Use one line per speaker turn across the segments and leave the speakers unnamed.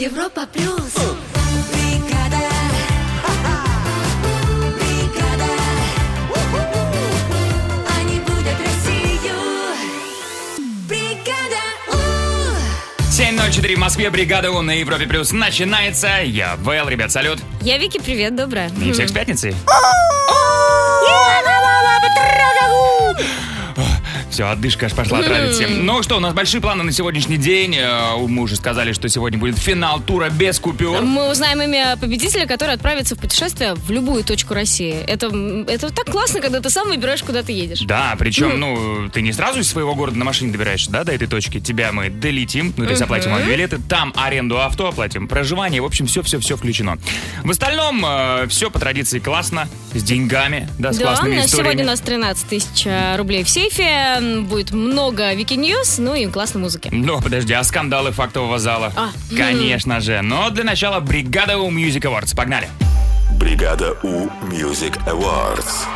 Европа плюс. Бригада. Бригада. Они будут Россию. Бригада. У.
7.04 в Москве, бригада У на Европе Плюс начинается. Я Вэл, ребят, салют.
Я Вики, привет, доброе.
И всех с пятницей. Все, отдышка аж пошла отравиться. Ну что, у нас большие планы на сегодняшний день. Э, Мы уже сказали, что сегодня будет финал тура без купюр.
Мы узнаем имя победителя, который отправится в путешествие в любую точку России. Это, м, это так классно, когда ты сам выбираешь, куда ты едешь.
Да, причем, ну, ты не сразу из своего города на машине добираешься, да, до этой точки. Тебя мы долетим, ну, то есть оплатим вам билеты, там аренду авто оплатим, проживание, в общем, все-все-все включено. В остальном, все по традиции классно, с деньгами, да, с
Да, у
классными
нас сегодня у
историями.
нас 13 тысяч э, рублей в сейфе, м, будет много Вики Ньюс, ну и классной музыки.
Ну, подожди, а скандалы фактового зала?
А.
Конечно же. Но для начала бригада у Music Awards. Погнали.
Бригада У Music Awards.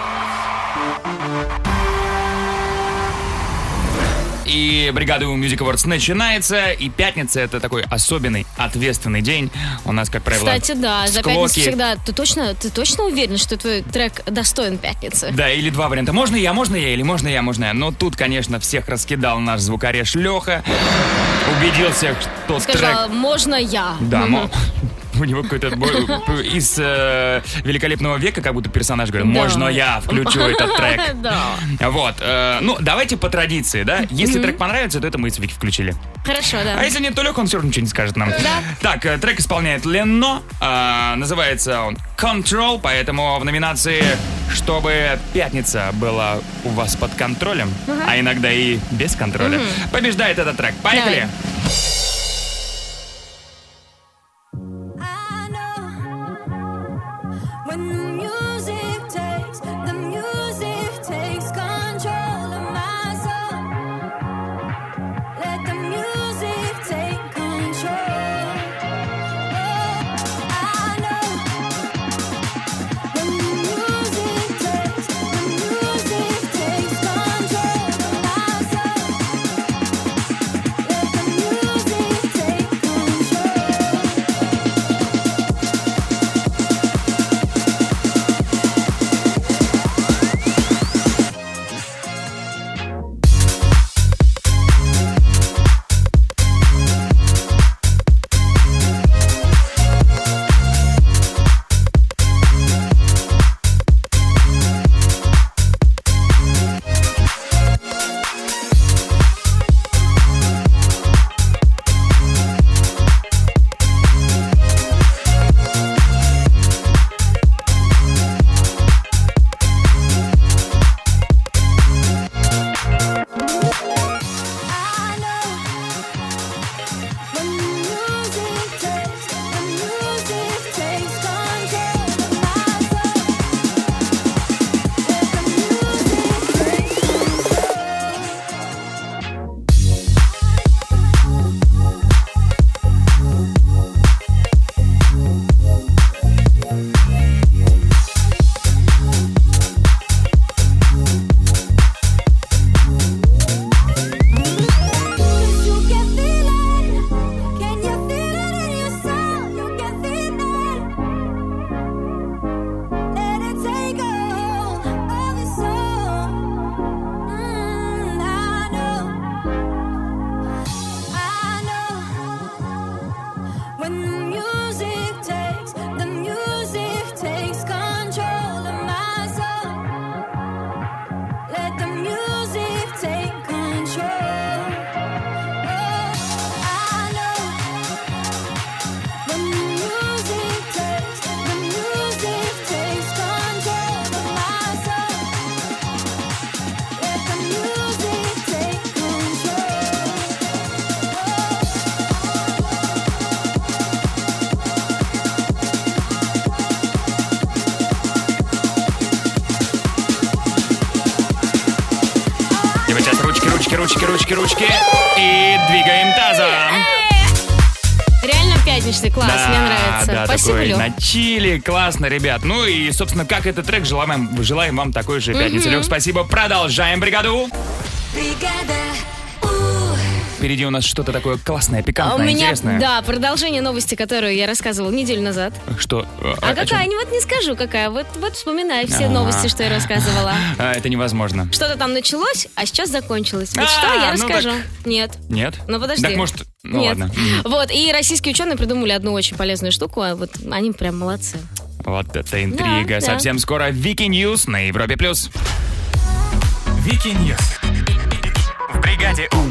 И бригада у Music Awards начинается. И пятница это такой особенный, ответственный день. У нас, как правило,
Кстати, да, за
склоки.
пятницу всегда. Ты точно, ты точно уверен, что твой трек достоин пятницы?
Да, или два варианта. Можно я, можно я, или можно я, можно я. Но тут, конечно, всех раскидал наш звукореж Леха. Убедил всех, что трек...
Сказала, а, можно я.
Да,
Мгм.
мол, у него какой-то бой- из э, великолепного века, как будто персонаж говорит,
Да.
можно я включу этот трек.
Да.
Вот, э, ну давайте по традиции, да? Если трек понравится, то это мы из Вики включили.
Хорошо,
А
да.
если нет, то Леха, он все равно ничего не скажет нам. Так, э, трек исполняет Лено, а, называется он Control, поэтому в номинации «Чтобы пятница была у вас под контролем», а иногда и без контроля, побеждает этот трек. Поехали!
Давай.
I know when the music takes, the music takes control of my soul. Let the music take control. Oh, I know when the music takes, the music takes control of my soul. Let the music take control. I know when the music takes, the music takes control of my soul. Let the music take control. If you can feel it, can you feel it in your soul? You can feel it. Let it take hold of your soul. I know, I know. When the music takes, the music takes control of my soul. Let the music take control. Oh, I know when the music takes, the music takes control of my soul. Let the music take control.
И вот сейчас ручки, ручки, ручки, ручки, ручки. И двигаем тазом.
Реально пятничный класс, Э, мне нравится.
Да,
Спасибо,
такой
Лёх.
на чили. Классно, ребят. Ну и, собственно, как этот трек, желаем, вам- желаем вам такой же пятницы. Лёх, спасибо. Продолжаем бригаду.
Бригада У.
впереди у нас что-то такое классное,
А
пикантное,
у меня,
интересное.
да, продолжение новости, которую я рассказывала неделю назад.
Что? э,
А,
о чем?
какая? Не, вот не скажу, какая. Вот, вот вспоминай все новости, что я рассказывала.
А, это невозможно.
Что-то там началось, а сейчас закончилось. Вот
А,
что я
ну так-
расскажу? Нет.
Нет?
Ну, подожди.
Так может... Ну
Нет.
ладно. М,
Вот, и российские ученые придумали одну очень полезную штуку, а вот они прям молодцы.
Вот это интрига.
да.
Совсем скоро Вики Ньюс на Европе+. плюс.
Вики Ньюс. В бригаде У.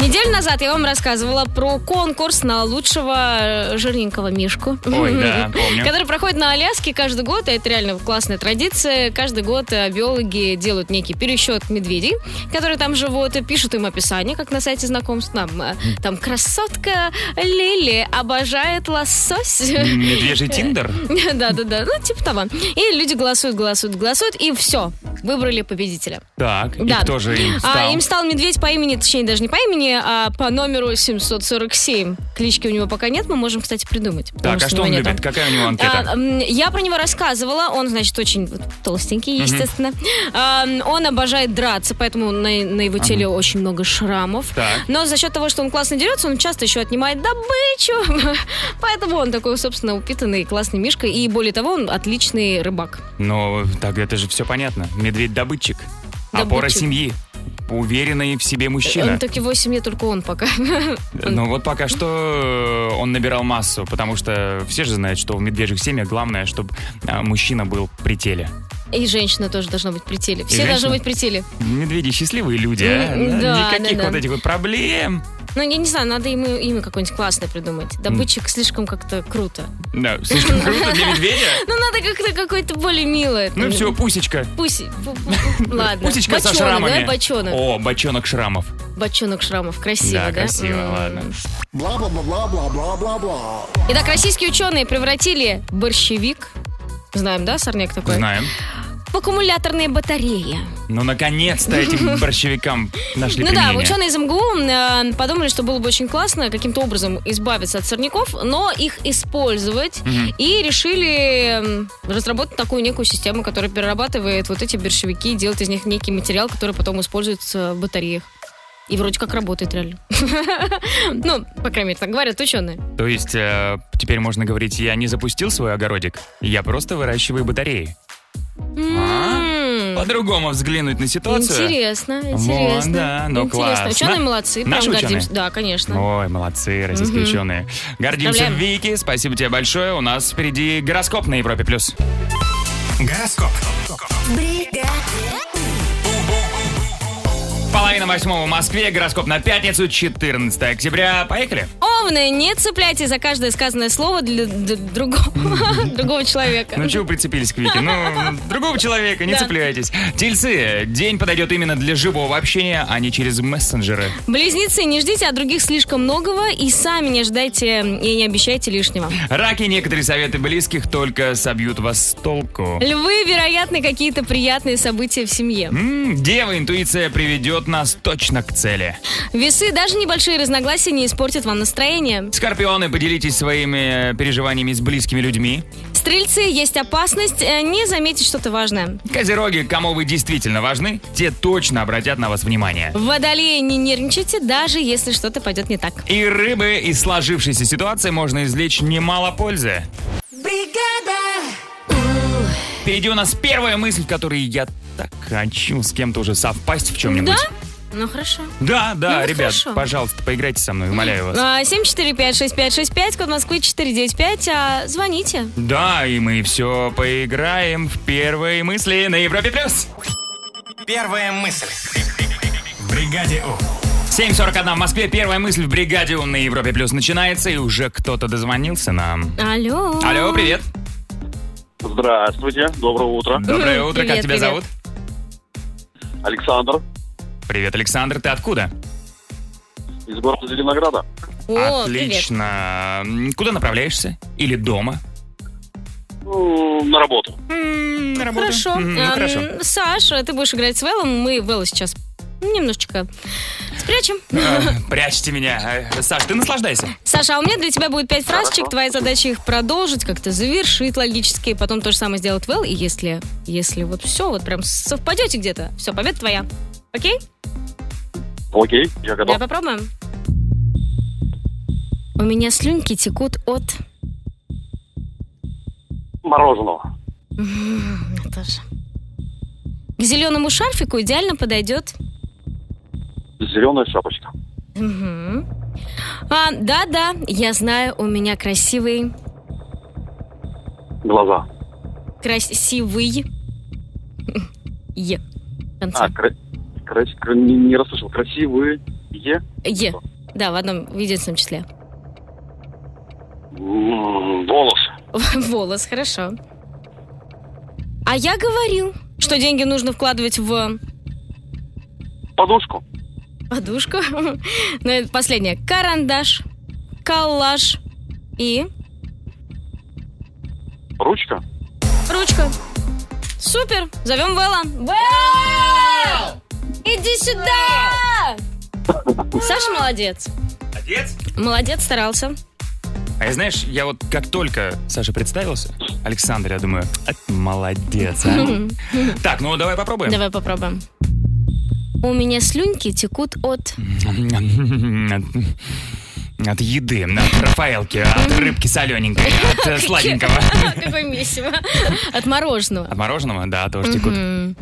Неделю назад я вам рассказывала про конкурс на лучшего э, жирненького мишку.
Ой, да, помню.
Который проходит на Аляске каждый год, и это реально классная традиция. Каждый год э, биологи делают некий пересчет медведей, которые там живут, и пишут им описание, как на сайте знакомств. Там, э, там красотка Лили обожает лосось.
Медвежий Тиндер?
Да-да-да, ну типа того. И люди голосуют, голосуют, голосуют, и все, выбрали победителя.
Так, и
Да.
кто же им
А,
стал?
им стал медведь по имени, точнее, даже не по имени, а по номеру 747. Клички у него пока нет, мы можем, кстати, придумать. потому
Так, а что
его
он
нету.
любит? Какая у него
А,
анкета?
м, я про него рассказывала. Он, значит, очень вот толстенький, естественно. А, м, он обожает драться, поэтому на, на его теле очень много шрамов.
Так.
Но за счет того, что он классно дерется, он часто еще отнимает добычу. поэтому он такой, собственно, упитанный, классный мишка. И более того, он отличный рыбак.
Ну, так это же все понятно. Медведь-добытчик. Опора
Добытчик.
семьи. Уверенный в себе
Он
мужчина.
так его семье только он пока.
Но Ну, вот пока что э, он набирал массу, потому что все же знают, что в медвежьих семьях главное, чтобы мужчина был при теле.
И женщина тоже должна быть при теле. Все должны
женщина?
быть при теле.
Медведи счастливые люди, а?
М, да,
Никаких
да, да.
вот этих вот проблем.
Ну, я не знаю, надо ему имя какое-нибудь классное придумать. Добытчик слишком как-то круто.
Да, слишком круто для медведя.
Ну, надо как-то какое-то более милое.
Ну все, пусечка.
Пусть. Ладно.
Пусечка со
Бочонок,
шрамами.
да, бочонок.
О, бочонок шрамов.
Бочонок шрамов. Красиво,
Да,
да?
красиво,
М.
ладно.
Итак, российские ученые превратили борщевик, знаем, да, сорняк такой,
Знаем.
в аккумуляторные батареи.
Ну, наконец-то этим борщевикам нашли
Ну да,
применение.
ученые из МГУ э, подумали, что было бы очень классно каким-то образом избавиться от сорняков, но их использовать. И решили м, разработать такую некую систему, которая перерабатывает вот эти борщевики и делает из них некий материал, который потом используется в батареях. И вроде как работает реально. Ну, по крайней мере, так говорят ученые.
То есть, э, теперь можно говорить, я не запустил свой огородик, я просто выращиваю батареи.
М,
По-другому взглянуть на ситуацию.
М-м-м. Интересно,
А? Вон, да,
интересно.
ну
Интересно.
классно.
Ученые молодцы, прям
Наши ученые? Ну,
гордимся. Да, конечно.
Ой, молодцы, российские ученые. Гордимся,
Поздравляем.
Вики, спасибо тебе большое. У нас впереди гороскоп на Европе+. плюс.
Гороскоп.
Половина восьмого в Москве, гороскоп на пятницу, 14 октября. Поехали.
Овны, не цепляйте за каждое сказанное слово для д- другого, другого человека.
Ну, чего вы прицепились к Вике? Ну, другого человека, не
Да.
цепляйтесь. Тельцы, день подойдет именно для живого общения, а не через мессенджеры.
Близнецы, не ждите от других слишком многого и сами не ждайте и не обещайте лишнего.
Раки, некоторые советы близких только собьют вас с толку.
Львы, вероятно, какие-то приятные события в семье.
М, Дева, интуиция приведет нас точно к цели.
Весы, даже небольшие разногласия не испортят вам настроение.
Скорпионы, поделитесь своими э, переживаниями с близкими людьми.
Стрельцы, есть опасность э, не заметить что-то важное.
Козероги, кому вы действительно важны, те точно обратят на вас внимание.
Водолеи, не нервничайте, даже если что-то пойдет не так.
И рыбы из сложившейся ситуации можно извлечь немало пользы. Впереди у нас первая мысль, в которой я так хочу с кем-то уже совпасть в чем-нибудь.
Ну хорошо.
Да, да,
Ну вот
ребят,
хорошо.
пожалуйста, поиграйте со мной, умоляю вас.
А, 745-6565, код Москвы 495. а, Звоните.
Да, и мы все поиграем в первые мысли на Европе плюс.
Первая мысль. В бригаде У.
7.41 в Москве. Первая мысль в бригаде на Европе плюс начинается, и уже кто-то дозвонился нам.
Алло.
Алло, привет.
Здравствуйте, доброе утро.
Доброе утро, как
Привет,
тебя
привет.
зовут?
Александр
Привет, Александр, ты откуда?
из города Зеленограда.
О, привет.
Отлично. М, Куда направляешься? Или дома?
Ну, на работу.
М, На работу.
Хорошо.
М, ну,
Эм,
хорошо.
Саш, ты будешь играть с Вэллом. Мы Вэлла сейчас немножечко Спрячем.
Э, Прячьте меня. Э, Саш, ты наслаждайся.
Саша, а у меня для тебя будет пять фразочек.
Хорошо.
Твоя задача их продолжить, как-то завершить логически, потом то же самое сделать Вэл. И если, если вот все, вот прям совпадете где-то, все, победа твоя. Окей?
Окей, я
Давай
готов.
попробуем. У меня слюнки текут от...
Мороженого.
М, это же. К зеленому шарфику идеально подойдет...
Зеленая шапочка.
Мгм. А, да-да, я знаю, у меня красивый...
Глаза.
Красивый... Е. В конце.
А, кра- кра- кра- не, не расслышал. Красивые.
Е. Да, в одном, в единственном числе.
М, Волос.
Волос, хорошо. А я говорил, что деньги нужно вкладывать в
Подушку.
подушку. Ну, это последнее. Карандаш, коллаж и
Ручка.
ручка. Супер! Зовем Вэлла. Вэлл! Иди сюда! Саша молодец.
Отец?
Молодец, старался.
А я, знаешь, я вот как только Саша представился, Александр, я думаю, «От, молодец, а». Так, ну давай попробуем.
Давай попробуем. У меня слюнки текут от...
От- От еды, от рафаэлки, от рыбки солененькой, от э, сладенького.
Какое месиво. От мороженого.
От мороженого, да, тоже текут.
М.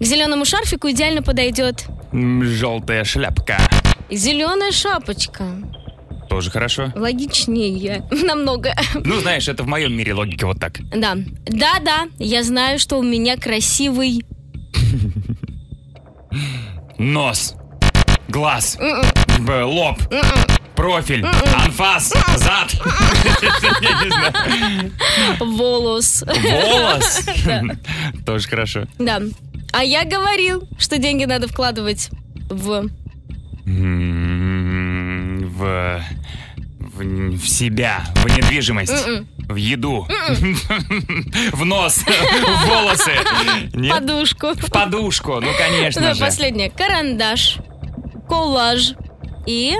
К зеленому шарфику идеально подойдет
Желтая шляпка.
зеленая шапочка.
Тоже хорошо.
Логичнее. Намного.
Ну, знаешь, это в моем мире логика вот так.
Да. Да-да, я знаю, что у меня красивый...
Нос, глаз, б- лоб, профиль, анфас, зад, Я не знаю.
волос.
волос. Тоже хорошо.
Да. А я говорил, что деньги надо вкладывать в...
М, В в в себя, в недвижимость, в еду, в нос, в волосы. Нет?
Подушку.
В подушку, ну конечно
Давай
же.
последнее. Карандаш. Коллаж. И...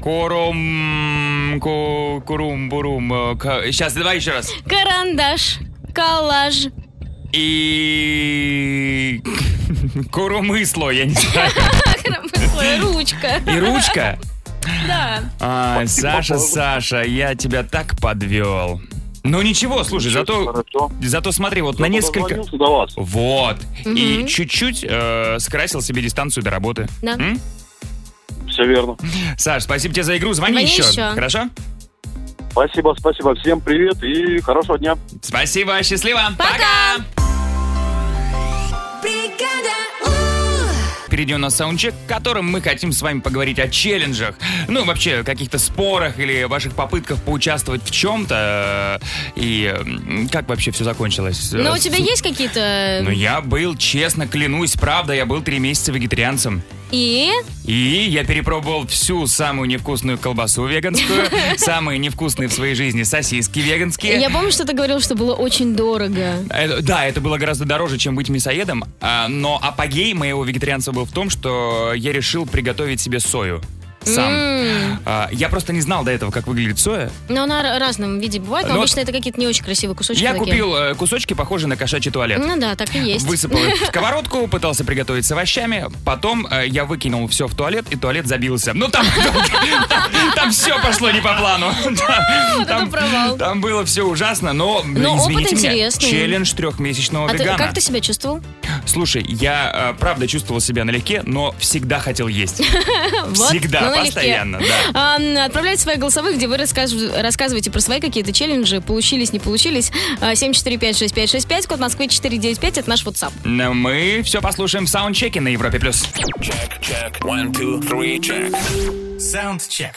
Курум, ку- курум, бурум. Сейчас, давай еще раз.
Карандаш. Коллаж.
И... Курумысло, я не знаю.
Ручка.
И ручка.
Да.
А, Саша, Саша, я тебя так подвел. Ну ничего, слушай, зато...
Хорошо.
Зато смотри, вот на несколько...
Дозвонился до вас.
Вот. И
Мгм.
чуть-чуть э, скрасил себе дистанцию до работы.
Да.
М?
Все верно.
Саш, спасибо тебе за игру. Звони,
Звони
еще.
еще.
Хорошо?
Спасибо, спасибо. Всем привет и хорошего дня.
Спасибо, счастливо.
Пока.
Бригада У.
Впереди у нас саундчек, в котором мы хотим с вами поговорить о челленджах. Ну, вообще, каких-то спорах или ваших попытках поучаствовать в чем-то. э, И м, как вообще все закончилось?
Но Ну, у
Э,
тебя есть какие-то...
Ну, я был, честно, клянусь, правда, я был три месяца вегетарианцем.
И...
И я перепробовал всю самую невкусную колбасу веганскую, самые невкусные в своей жизни сосиски веганские.
Я помню, что ты говорил, что было очень дорого.
Э, Да, это было гораздо дороже, чем быть мясоедом, а, но апогей моего вегетарианства был в том, что я решил приготовить себе сою сам.
М.
А, Я просто не знал до этого, как выглядит соя.
Но она р- разном виде бывает, но
Ну,
обычно это какие-то не очень красивые кусочки.
Я
такие.
купил э, кусочки, похожие на кошачий туалет.
Ну да, так и есть.
Высыпал их в сковородку, пытался приготовить с овощами. Потом э, я выкинул все в туалет, и туалет забился. Ну там, там все пошло не по плану. Да,
Ну, это провал.
Там было все ужасно, но,
Но опыт
извините меня,
интересный.
челлендж трехмесячного
А ты-
вегана.
как ты себя чувствовал?
Слушай, я э, правда чувствовал себя налегке, но всегда хотел есть.
Вот, ну,
Всегда,
налегке.
постоянно, да.
А, м, Отправляйте свои голосовые, где вы рассказ- рассказываете про свои какие-то челленджи, получились, не получились. А, 7456565, код Москвы 495, это наш WhatsApp.
Но Ну, мы все послушаем в саундчеке на Европе+. плюс.
Саундчек.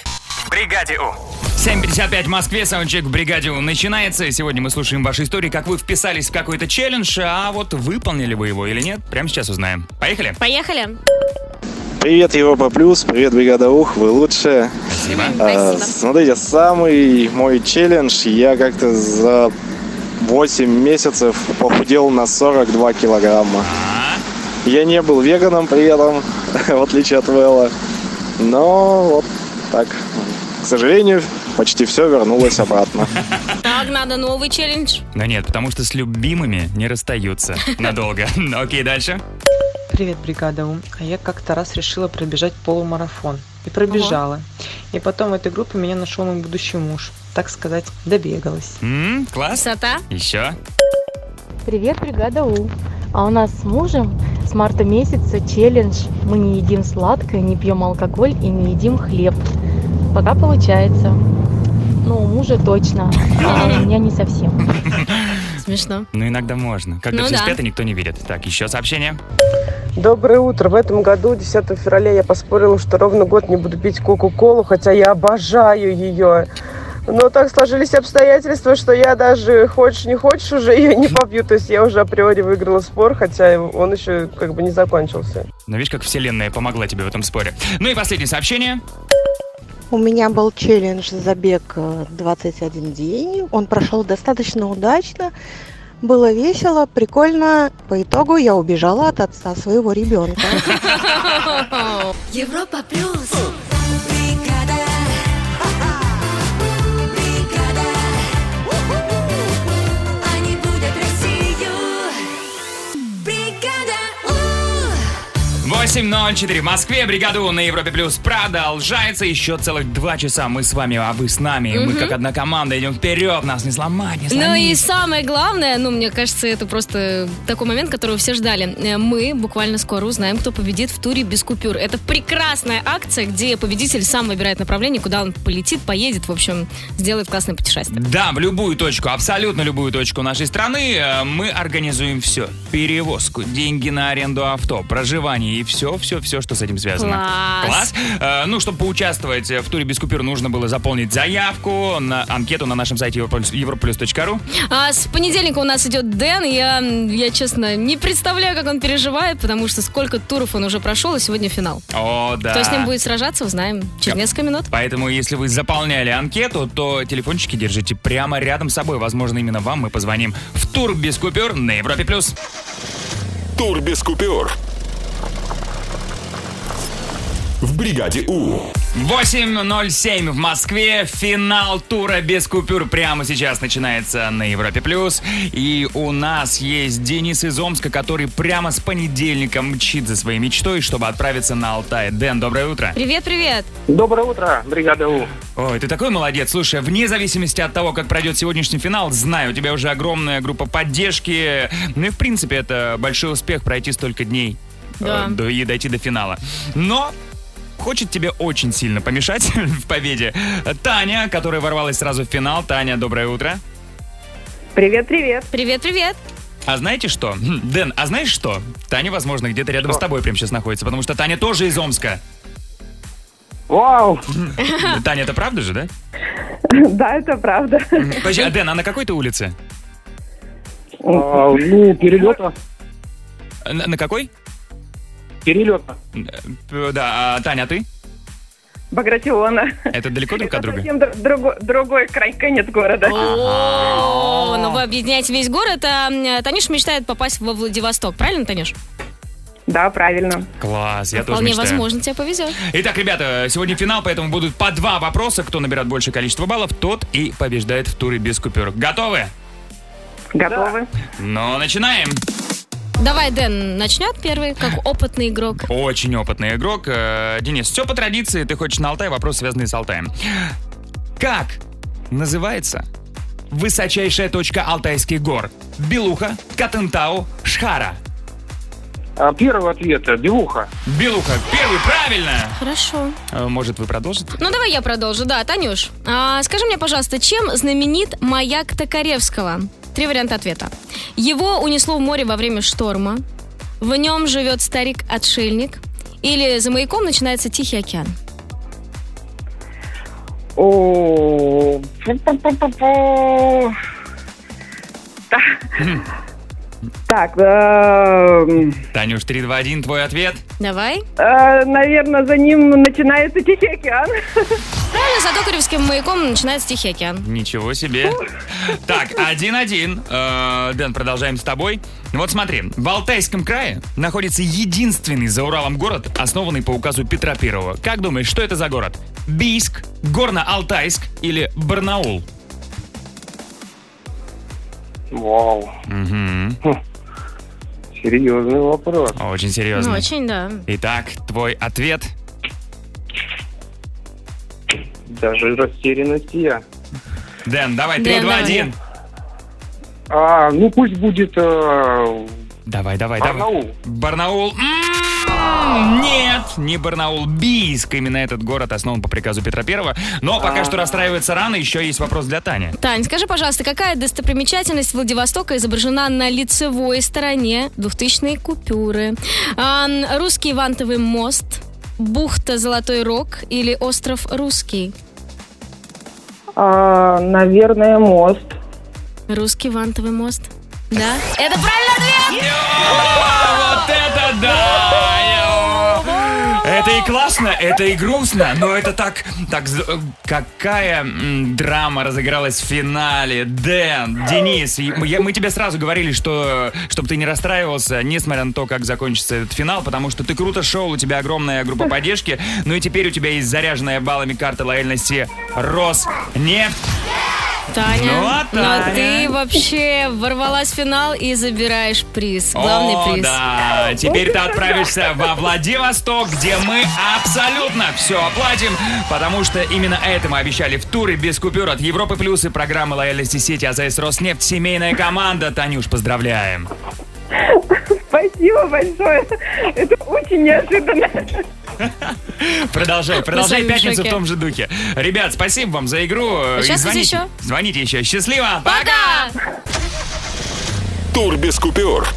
В бригаде У.
7.55 в Москве, саундчек в бригаде У» начинается. Сегодня мы слушаем ваши истории, как вы вписались в какой-то челлендж, а вот выполнили вы его или нет, прямо сейчас узнаем. Поехали?
Поехали.
Привет, Европа Плюс, привет, Бригада Ух, вы лучшие.
Спасибо.
Э, смотрите, самый мой челлендж, я как-то за 8 месяцев похудел на 42 килограмма.
А,
Я не был веганом при этом, в отличие от Вэлла. Но вот так. К сожалению, почти все вернулось обратно.
Так, надо новый челлендж.
Но нет, потому что с любимыми не расстаются надолго. Ну, Окей, дальше.
Привет, бригада У. А я как-то раз решила пробежать полумарафон. И пробежала. И потом в этой группе меня нашел мой будущий муж. Так сказать, добегалась.
М, Класс.
Высота.
Еще.
Привет, бригада У. А у нас с мужем с марта месяца челлендж. Мы не едим сладкое, не пьем алкоголь и не едим хлеб. Пока получается. Ну, у мужа точно, а у меня не совсем.
Смешно.
Ну, иногда можно. Когда
Ну
все
да.
спят, и никто не видит. Так, еще сообщение.
Доброе утро. В этом году, 10 февраля, я поспорила, что ровно год не буду пить Кока-Колу, хотя я обожаю ее. Но так сложились обстоятельства, что я даже хочешь не хочешь уже ее не попью. То есть я уже априори выиграла спор, хотя он еще как бы не закончился.
Ну, видишь, как вселенная помогла тебе в этом споре. Ну и последнее сообщение.
У меня был челлендж забег э, 21 день. Он прошел достаточно удачно. Было весело, прикольно. По итогу я убежала от отца своего ребенка.
Европа плюс. Бригада. Бригада. Они будут Россию. Бригада. У.
8.04 в Москве. Бригаду на Европе Плюс продолжается. Еще целых два часа мы с вами, а вы с нами. Мы как одна команда идем вперед. Нас не сломать, не
Ну и
сломить.
самое главное, ну, мне кажется, это просто такой момент, которого все ждали. Э, Мы буквально скоро узнаем, кто победит в туре без купюр. Это прекрасная акция, где победитель сам выбирает направление, куда он полетит, поедет, в общем, сделает классное путешествие.
Да, в любую точку, абсолютно любую точку нашей страны э, мы организуем все. Перевозку, деньги на аренду авто, проживание и все-все-все, что с этим связано. Класс.
Класс.
Э, ну, чтобы поучаствовать в туре без купюр, нужно было заполнить заявку на анкету на нашем сайте europlus.ru.
А с понедельника у нас идет Дэн. Я, я честно, не представляю, как он переживает, потому что сколько туров он уже прошел, и сегодня финал.
О, да.
Кто с ним будет сражаться, узнаем через
Yep.
несколько минут.
Поэтому, если вы заполняли анкету, то телефончики держите прямо рядом с собой. Возможно, именно вам мы позвоним в тур без купюр на Европе+. плюс.
Тур без купюр. В бригаде У.
8.07 в Москве. Финал тура без купюр прямо сейчас начинается на Европе+. плюс. И у нас есть Денис из Омска, который прямо с понедельника мчит за своей мечтой, чтобы отправиться на Алтай. Дэн, доброе утро.
Привет, привет.
Доброе утро, бригада У.
Ой, ты такой молодец. Слушай, вне зависимости от того, как пройдет сегодняшний финал, знаю, у тебя уже огромная группа поддержки. Ну и, в принципе, это большой успех пройти столько дней
Да.
э, до- и дойти до финала. Но хочет тебе очень сильно помешать в победе Таня, которая ворвалась сразу в финал. Таня, доброе утро.
Привет, привет.
Привет, привет.
А знаете что? Хм, Дэн, а знаешь что? Таня, возможно, где-то рядом с тобой прямо сейчас находится, потому что Таня тоже из Омска. Хм,
Вау.
Таня, это правда же, да?
Да, это правда.
Подожди, а Дэн, а на какой ты улице?
ну, перелета.
На, на какой?
Перелета.
Э, Да, а Таня, а ты?
Багратиона.
Это далеко друг от друга?
другой край, конец города.
О, ну вы объединяете весь город. А м, Танюш мечтает попасть во Владивосток. Правильно, Танюш?
Да, правильно.
Класс, я тоже
Вполне
мечтаю.
возможно, тебе повезет.
Итак, ребята, сегодня финал, поэтому будут по два вопроса. Кто наберет большее количество баллов, тот и побеждает в туре без купюр. Готовы?
Готовы?
Ну, начинаем.
Давай, Дэн начнет первый, как опытный игрок.
Очень опытный игрок. Э, Денис, все по традиции, ты хочешь на Алтай, вопрос связанный с Алтаем. Как называется высочайшая точка Алтайских гор? Белуха, Катентау, Шхара.
А,
первый ответ. Белуха.
Белуха, первый, правильно!
Хорошо.
Э, Может, вы продолжите?
Ну, давай я продолжу. Да, Танюш, а, скажи мне, пожалуйста, чем знаменит маяк Токаревского? Три варианта ответа. Его унесло в море во время шторма. В нем живет старик-отшельник. Или за маяком начинается Тихий океан.
О, пу-пу-пу-пу-пу.
Так, э,
Танюш, 3, 2, 1, твой ответ.
Давай.
э, наверное, за ним начинается Тихий океан.
Правильно, за Токаревским маяком начинается Тихий океан.
Ничего себе. Так, 1-1. Э, Дэн, продолжаем с тобой. Ну Вот смотри, в Алтайском крае находится единственный за Уралом город, основанный по указу Петра Первого. Как думаешь, что это за город? Бийск, Горно-Алтайск или Барнаул?
Вау.
Угу.
Серьезный вопрос.
Очень серьезно.
Ну, очень, да.
Итак, твой ответ.
Даже растерянность я.
Дэн, давай, 3,
Дэн,
2,
давай.
1.
А, ну пусть будет... э,
Давай, давай,
Барнаул.
давай. Барнаул. М, Нет, не Барнаул, Бийск. Именно этот город основан по приказу Петра Первого. Но пока что расстраиваться рано, еще есть вопрос для Тани.
Тань, скажи, пожалуйста, какая достопримечательность Владивостока изображена на лицевой стороне 2000 купюры? А, н- русский вантовый мост, бухта Золотой Рог или остров Русский?
А, наверное, мост.
Русский вантовый мост. Да? Это правильный ответ!
Вот это да! Это и классно, это и грустно, но это так... так з- э, какая м, драма разыгралась в финале. Дэн, Денис, и мы, я- мы тебе сразу говорили, что чтобы ты не расстраивался, несмотря на то, как закончится этот финал, потому что ты круто шел, у тебя огромная группа поддержки, ну и теперь у тебя есть заряженная баллами карта лояльности Роснефть.
Таня,
Ну, а Таня?
но ты вообще ворвалась в финал и забираешь приз, главный
О,
приз.
да. Теперь ты отправишься во Владивосток, где мы абсолютно все оплатим, потому что именно это мы обещали в туры без купюр от Европы Плюс и программы лояльности сети АЗС Роснефть «Семейная команда». Танюш, поздравляем.
Спасибо большое. Это очень неожиданно.
Продолжай, продолжай
Мы с вами в
пятницу в
шоке.
том же духе. Ребят, спасибо вам за игру. э, и
Участвуйте
звоните,
еще.
Звоните еще. Счастливо. Пока.
Тур без купюр.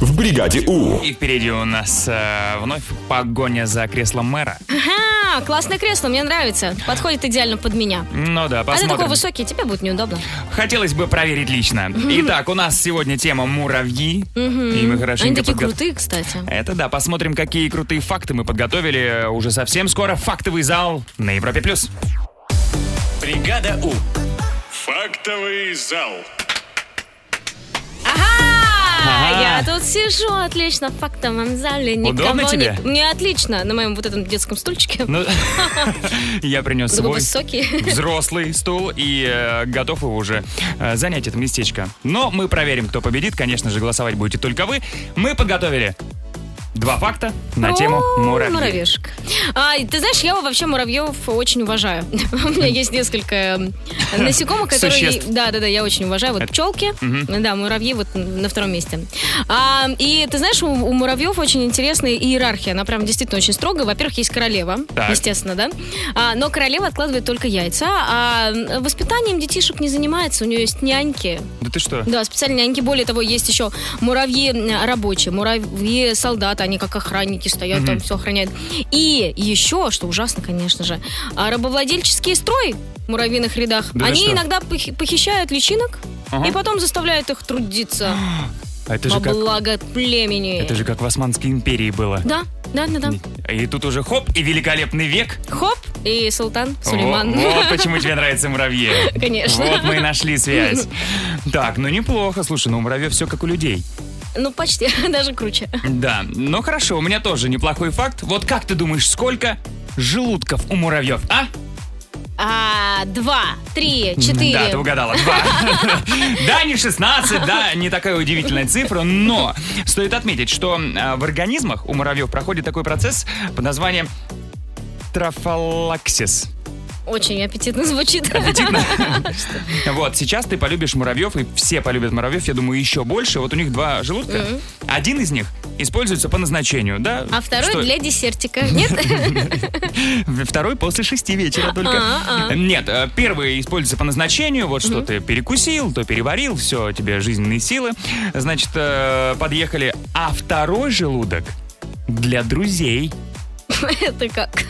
В бригаде У.
И впереди у нас э, вновь погоня за креслом мэра.
Ага, классное кресло, мне нравится. Подходит идеально под меня.
Ну да, посмотрим.
А ты такой высокий, тебе будет неудобно.
Хотелось бы проверить лично. Итак, у нас сегодня тема муравьи.
Мгм.
И мы хорошенько
Они такие
подгот-
крутые, кстати.
Это да, посмотрим, какие крутые факты мы подготовили уже совсем скоро. Фактовый зал на Европе+. плюс. Бригада У.
Фактовый зал.
А,
Ага.
я тут сижу, отлично, в фактовом зале. никого
Удобно
не-
тебе?
Мне отлично, на моем вот этом детском стульчике.
Ну, я принес свой
Такой высокий.
взрослый стул и э, готов его уже э, занять это местечко. Но мы проверим, кто победит. Конечно же, голосовать будете только вы. Мы подготовили два факта на
Про
тему муравьи.
муравьишек. А, и ты знаешь, я вообще муравьев очень уважаю. У меня есть несколько насекомых, которые...
Существ.
Да, да, да, я очень уважаю. Вот
Это-
пчелки,
Мгм.
да, муравьи вот на втором месте. А, и ты знаешь, у, у муравьев очень интересная иерархия. Она прям действительно очень строгая. Во-первых, есть королева,
Так.
естественно, да. А, но королева откладывает только яйца, а м, воспитанием детишек не занимается. У нее есть няньки,
Да ты что?
да, специальные няньки. Более того, есть еще муравьи м, рабочие, муравьи солдаты, они как охранники стоят,
Мгм.
там все охраняют. И еще, что ужасно, конечно же, а, рабовладельческий строй в муравьиных рядах.
Да ты
они
что?
иногда пох- похищают личинок
Ага.
и потом заставляют их трудиться
А Это же
во
как...
благо племени.
Это же как в Османской империи было.
Да, да, да, да.
И тут уже хоп, и великолепный век.
Хоп, и султан Сулейман.
Во- Вот, почему тебе нравятся муравьи.
Конечно.
Вот мы и нашли связь. Так, ну неплохо. Слушай, ну у муравьев все как у людей.
Ну, почти, даже круче.
Да, ну хорошо, у меня тоже неплохой факт. Вот как ты думаешь, сколько желудков у муравьев, а?
А, два, три, четыре.
Да, ты угадала. Два. Да, не 16, да, не такая удивительная цифра, но стоит отметить, что э, в организмах у муравьев проходит такой процесс под названием трофалаксис.
Очень аппетитно звучит.
Вот, сейчас ты полюбишь муравьев, и все полюбят муравьев, я думаю, еще больше. Вот у них два желудка.
Мгм.
Один из них используется по назначению, да?
А второй
Что-
для десертика. Нет?
Второй после шести вечера только.
А, а.
Нет, э, первый используется по назначению. Вот что ты перекусил, то переварил, все, тебе жизненные силы. Значит, э, подъехали. А второй желудок для друзей.
Это как?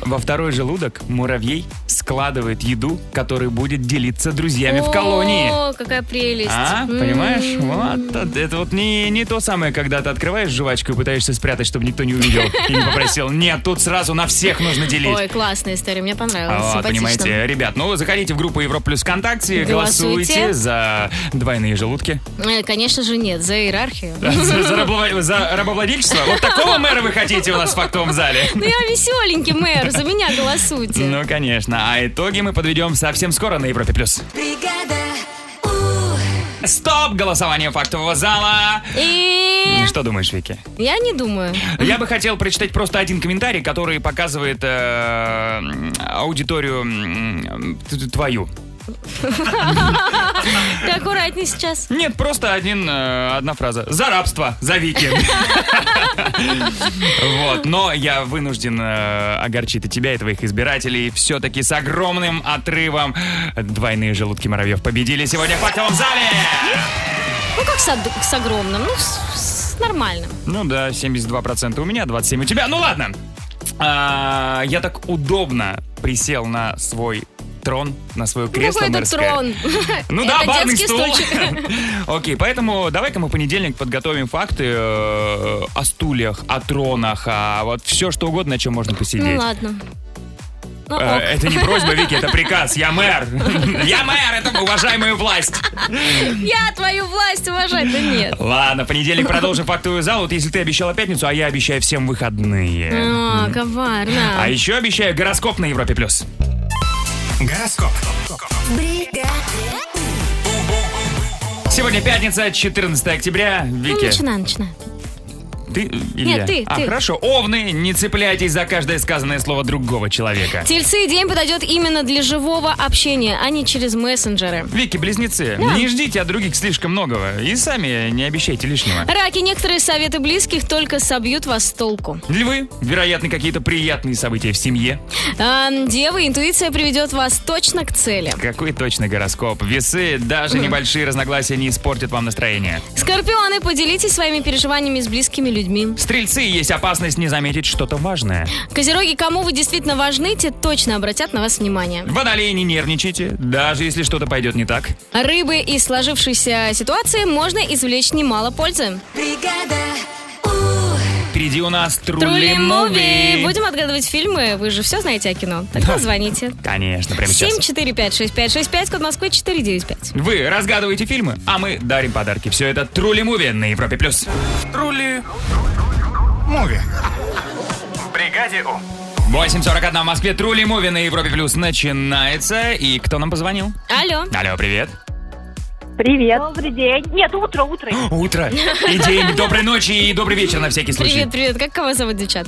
Во второй желудок муравей складывает еду, которая будет делиться друзьями в колонии.
О, какая прелесть.
А,
М.
понимаешь? Вот, это- это вот не, не то самое, когда ты открываешь жвачку и пытаешься спрятать, чтобы никто не увидел и не попросил. Нет, тут сразу на всех нужно делить.
Ой, классная история, мне понравилась.
Вот,
симпатично.
А, понимаете, ребят, ну заходите в группу Европа плюс ВКонтакте,
Голосуйте.
голосуйте за двойные желудки.
Э, Конечно же нет, за иерархию.
Да, За, за рабова- за рабовладельчество? Вот такого мэра вы хотите у нас в фактовом зале?
Ну я веселенький мэр, за меня голосуйте.
Ну, конечно. А итоги мы подведем совсем скоро на Европе+. плюс. Стоп! Голосование фактового зала!
И
Что думаешь, Вики?
я не думаю.
Я бы хотел прочитать просто один комментарий, который показывает э, м, аудиторию м, т- твою.
Ты аккуратней сейчас.
Нет, просто один, э, одна фраза. За рабство, за Вики. Вот, но я вынужден э, огорчить и тебя, и твоих избирателей. Все-таки с огромным отрывом двойные желудки муравьев победили сегодня в фактовом зале.
Ну как с, од- с огромным, ну с, с нормальным.
Ну да, 72% у меня, 27% у тебя. Ну ладно. А, я так удобно присел на свой трон, на свое кресло
Какой это
мэрское.
трон?
Ну
Это
да, барный
детский
стул.
стульчик.
Окей, поэтому давай-ка мы в понедельник подготовим факты э, о стульях, о тронах, а вот все что угодно, на чем можно
Ну
посидеть.
ладно. Ну,
Э,
ок.
Это не просьба, Вики, это приказ. Я мэр. Я мэр, это уважаемая власть.
Я твою власть уважать, да нет.
Ладно, в понедельник продолжим фактовую зал. Вот если ты обещала пятницу, а я обещаю всем выходные.
А, коварно. Ну,
А еще обещаю гороскоп на Европе+. плюс.
Гороскоп.
Сегодня пятница, 14 октября.
Ну,
Вики,
начинай, начинай.
ты или
Нет,
я?
ты,
А,
ты.
хорошо. Овны, не цепляйтесь за каждое сказанное слово другого человека.
Тельцы день подойдет именно для живого общения, а не через мессенджеры.
Вики, близнецы,
Да.
не ждите от других слишком многого. И сами не обещайте лишнего.
Раки, некоторые советы близких только собьют вас с толку.
Львы, вероятно, какие-то приятные события в семье.
А, девы, интуиция приведет вас точно к цели.
Какой точный гороскоп. Весы, даже небольшие разногласия не испортят вам настроение.
Скорпионы, поделитесь своими переживаниями с близкими людьми.
Стрельцы, есть опасность не заметить что-то важное.
Козероги, кому вы действительно важны, те точно обратят на вас внимание.
Водолеи, не нервничайте, даже если что-то пойдет не так.
Рыбы из сложившейся ситуации можно извлечь немало пользы.
Впереди у нас
Трули
Трули
Муви.
Муви.
Будем отгадывать фильмы, вы же все знаете о кино. Тогда звоните.
Конечно, прямо сейчас.
7456565, код Москвы 495.
Вы разгадываете фильмы, а мы дарим подарки. Все это Трули Муви на Европе+. плюс. Трули Муви.
Бригаде У.
8.41 в Москве. Трули Муви на Европе Плюс начинается. И кто нам позвонил?
Алло.
Алло, привет.
Привет. Добрый день. Нет, утро, утро.
Утро и день. Доброй ночи и добрый вечер на всякий случай.
Привет, привет. Как кого зовут, девчат?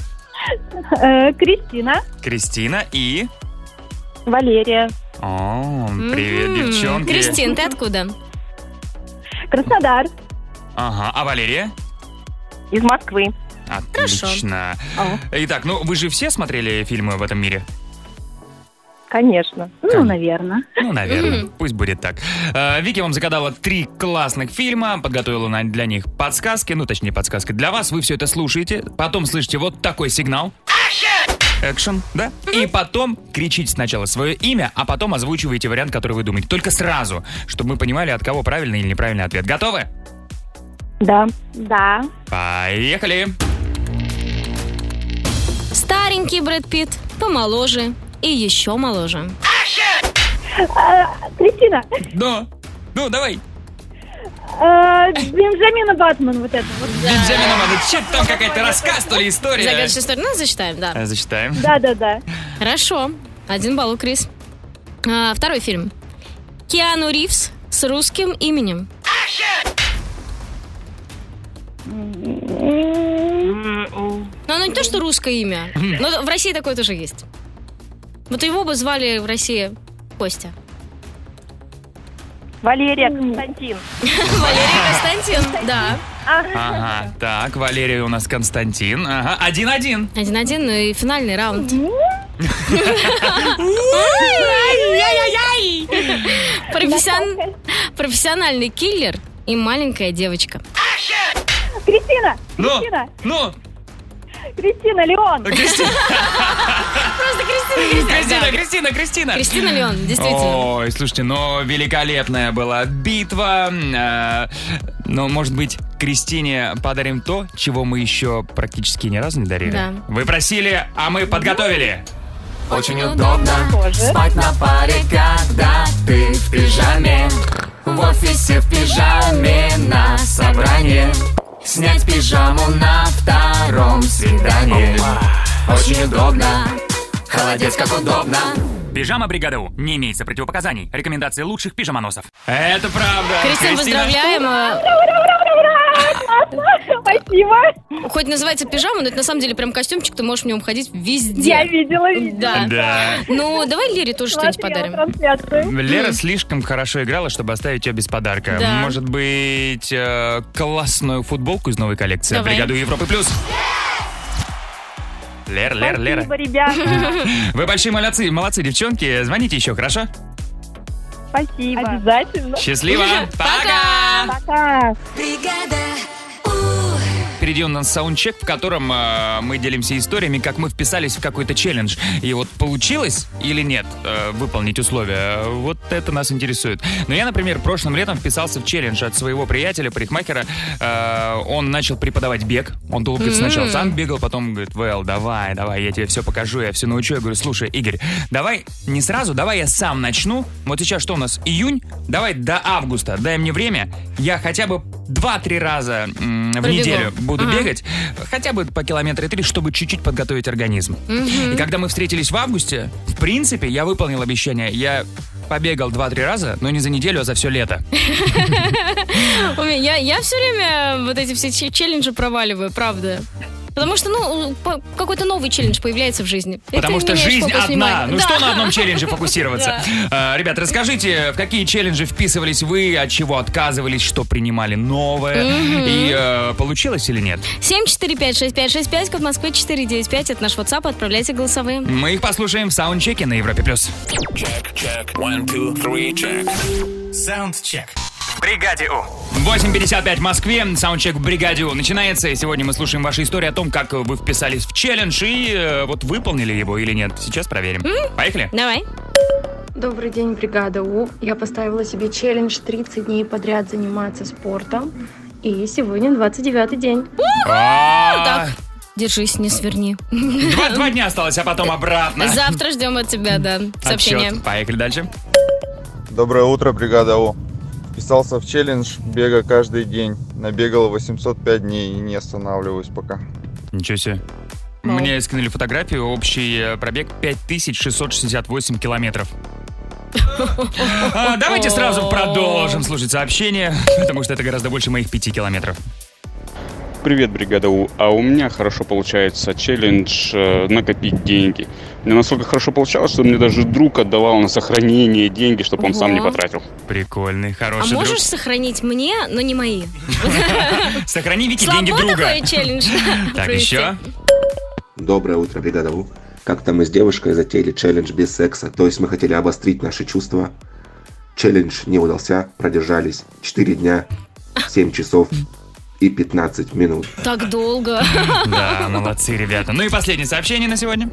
Кристина.
Кристина и...
Валерия.
О, привет,
М,
девчонки.
М-м. Кристин, ты откуда?
Краснодар.
Ага, а Валерия?
Из Москвы.
Отлично.
Алло.
Итак, ну вы же все смотрели фильмы в этом мире?
Конечно. Ну, наверное.
Ну, наверное. Пусть будет так. Э, Вики вам загадала три классных фильма, подготовила на- для них подсказки, ну, точнее, подсказки для вас. Вы все это слушаете, потом слышите вот такой сигнал. Экшен, да? И потом кричите сначала свое имя, а потом озвучиваете вариант, который вы думаете. Только сразу, чтобы мы понимали, от кого правильный или неправильный ответ. Готовы?
Да. Да.
Поехали!
Старенький Брэд Питт, помоложе и еще моложе.
Кристина.
Да. Ну, давай.
Бенджамина Э, Батман, вот это вот.
Бенджамин Амадович, чё там какая-то рассказ, то ли история?
Загадочная история. Ну, зачитаем, да.
Э, Зачитаем.
да, да.
Хорошо. Один балл у Крис. А, второй фильм. Киану Ривз с русским именем. Но оно не то, что русское имя. Но в России такое тоже есть. Вот его бы звали в России Костя.
Валерия Константин.
Валерий Константин, да.
Ага, так, Валерий у нас Константин. Ага, один-один.
Один-один, ну и финальный раунд. Профессион- Профессиональный киллер и маленькая девочка.
Кристина.
Ну, ну,
Кристина Леон.
Кристина.
Просто Кристина,
Кристина, Кристина, Кристина.
Кристина Леон, действительно.
Ой, слушайте, но великолепная была битва. Э, Но, может быть, Кристине подарим то, чего мы еще практически ни разу не дарили.
Да.
Вы просили, а мы подготовили. Очень
Спать на паре, когда ты в пижаме В офисе в пижаме на собрании Снять пижаму на втором свидании Очень удобно, холодец как удобно
Пижама бригада У. Не имеется противопоказаний. Рекомендации лучших пижамоносов.
Это правда.
Кристина, поздравляем. а,
Спасибо.
Хоть называется пижама, но это на самом деле прям костюмчик, ты можешь в нем ходить везде.
Я видела, видела.
Да.
Да.
Ну, давай Лере тоже что-нибудь подарим.
Лера слишком хорошо играла, чтобы оставить ее без подарка.
Да.
Может быть, э, классную футболку из новой коллекции
Давай.
«Бригаду Европы плюс». Лер, Лер, Лера.
Спасибо, ребята.
Вы большие молодцы, молодцы, девчонки. Звоните еще, хорошо?
Спасибо. Обязательно.
Счастливо.
Пока. Пока.
Впереди у нас саундчек, в котором э, мы делимся историями, как мы вписались в какой-то челлендж. И вот получилось или нет э, выполнить условия, э, вот это нас интересует. Но я, например, прошлым летом вписался в челлендж от своего приятеля, парикмахера. Э, он начал преподавать бег. Он долго
М.
сначала сам бегал, потом говорит, Вэл, давай, давай, я тебе все покажу, я все научу. Я говорю, слушай, Игорь, давай не сразу, давай я сам начну. Вот сейчас что у нас, июнь? Давай до августа, дай мне время. Я хотя бы 2-3 раза м, в
Пробегу.
неделю буду
Ага.
бегать, хотя бы по километра три, чтобы чуть-чуть подготовить организм.
Мгм.
И когда мы встретились в августе, в принципе, я выполнил обещание. Я побегал 2-3 раза, но не за неделю, а за все лето.
У меня- Я, я все время вот эти все ч- челленджи проваливаю, правда. Потому что, ну, по- какой-то новый челлендж появляется в жизни. И
Потому
ты
что
меняешь
жизнь
фокус
одна.
внимания.
Ну
Да.
что на одном челлендже фокусироваться?
Да.
А, Ребят, расскажите, в какие челленджи вписывались вы, от чего отказывались, что принимали новое,
Мгм.
и э, получилось или нет?
7456565, код Москвы 495, это наш WhatsApp, отправляйте голосовые.
Мы их послушаем в саундчеке на Европе+. плюс.
Саундчек. В бригаде У.
8.55 в Москве, саундчек в бригаде У» начинается, и сегодня мы слушаем ваши истории о том, как вы вписались в челлендж и э, вот выполнили его или нет. Сейчас проверим. Поехали.
Давай.
Добрый день, бригада У. Я поставила себе челлендж 30 дней подряд заниматься спортом. И сегодня 29 день.
А,
Ну, Так, держись, не сверни.
Два два дня осталось, а потом обратно.
Завтра ждем от тебя, да, сообщение.
Отсчет. Поехали дальше.
Доброе утро, бригада О. Вписался в челлендж бега каждый день. Набегал 805 дней и не останавливаюсь пока.
Ничего себе.
Ну.
Мне скинули фотографию, общий э, пробег 5668 километров. А, давайте сразу продолжим слушать сообщение, потому что это гораздо больше моих пяти километров.
Привет, бригада У. А у меня хорошо получается челлендж э, накопить деньги. У меня настолько хорошо получалось, что мне даже друг отдавал на сохранение деньги, чтобы он сам не
Ого.
потратил.
Прикольный,
А
хороший
можешь сохранить мне, но не мои?
Сохрани Вики
Слабо
деньги друга.
такой челлендж.
Так,
провести?
еще.
Доброе утро, бригада У. Как-то мы с девушкой затеяли челлендж без секса, то есть мы хотели обострить наши чувства. Челлендж не удался, продержались 4 дня, 7 часов и 15 минут.
Так долго.
Да, молодцы, ребята. Ну и последнее сообщение на сегодня.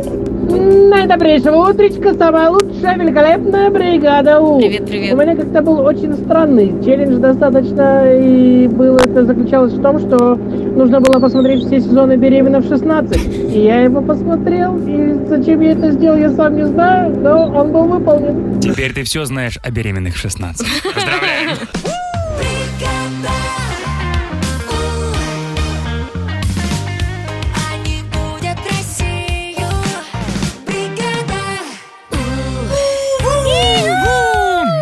Наидобрейшего утречка, самая лучшая, великолепная бригада У.
Привет, привет.
У меня как-то был очень странный челлендж достаточно, и было это заключалось в том, что нужно было посмотреть все сезоны «Беременна в 16». И я его посмотрел, и зачем я это сделал, я сам не знаю, но он был выполнен.
Теперь ты все знаешь о беременных в 16. Поздравляем.
Они будят Россию Бригада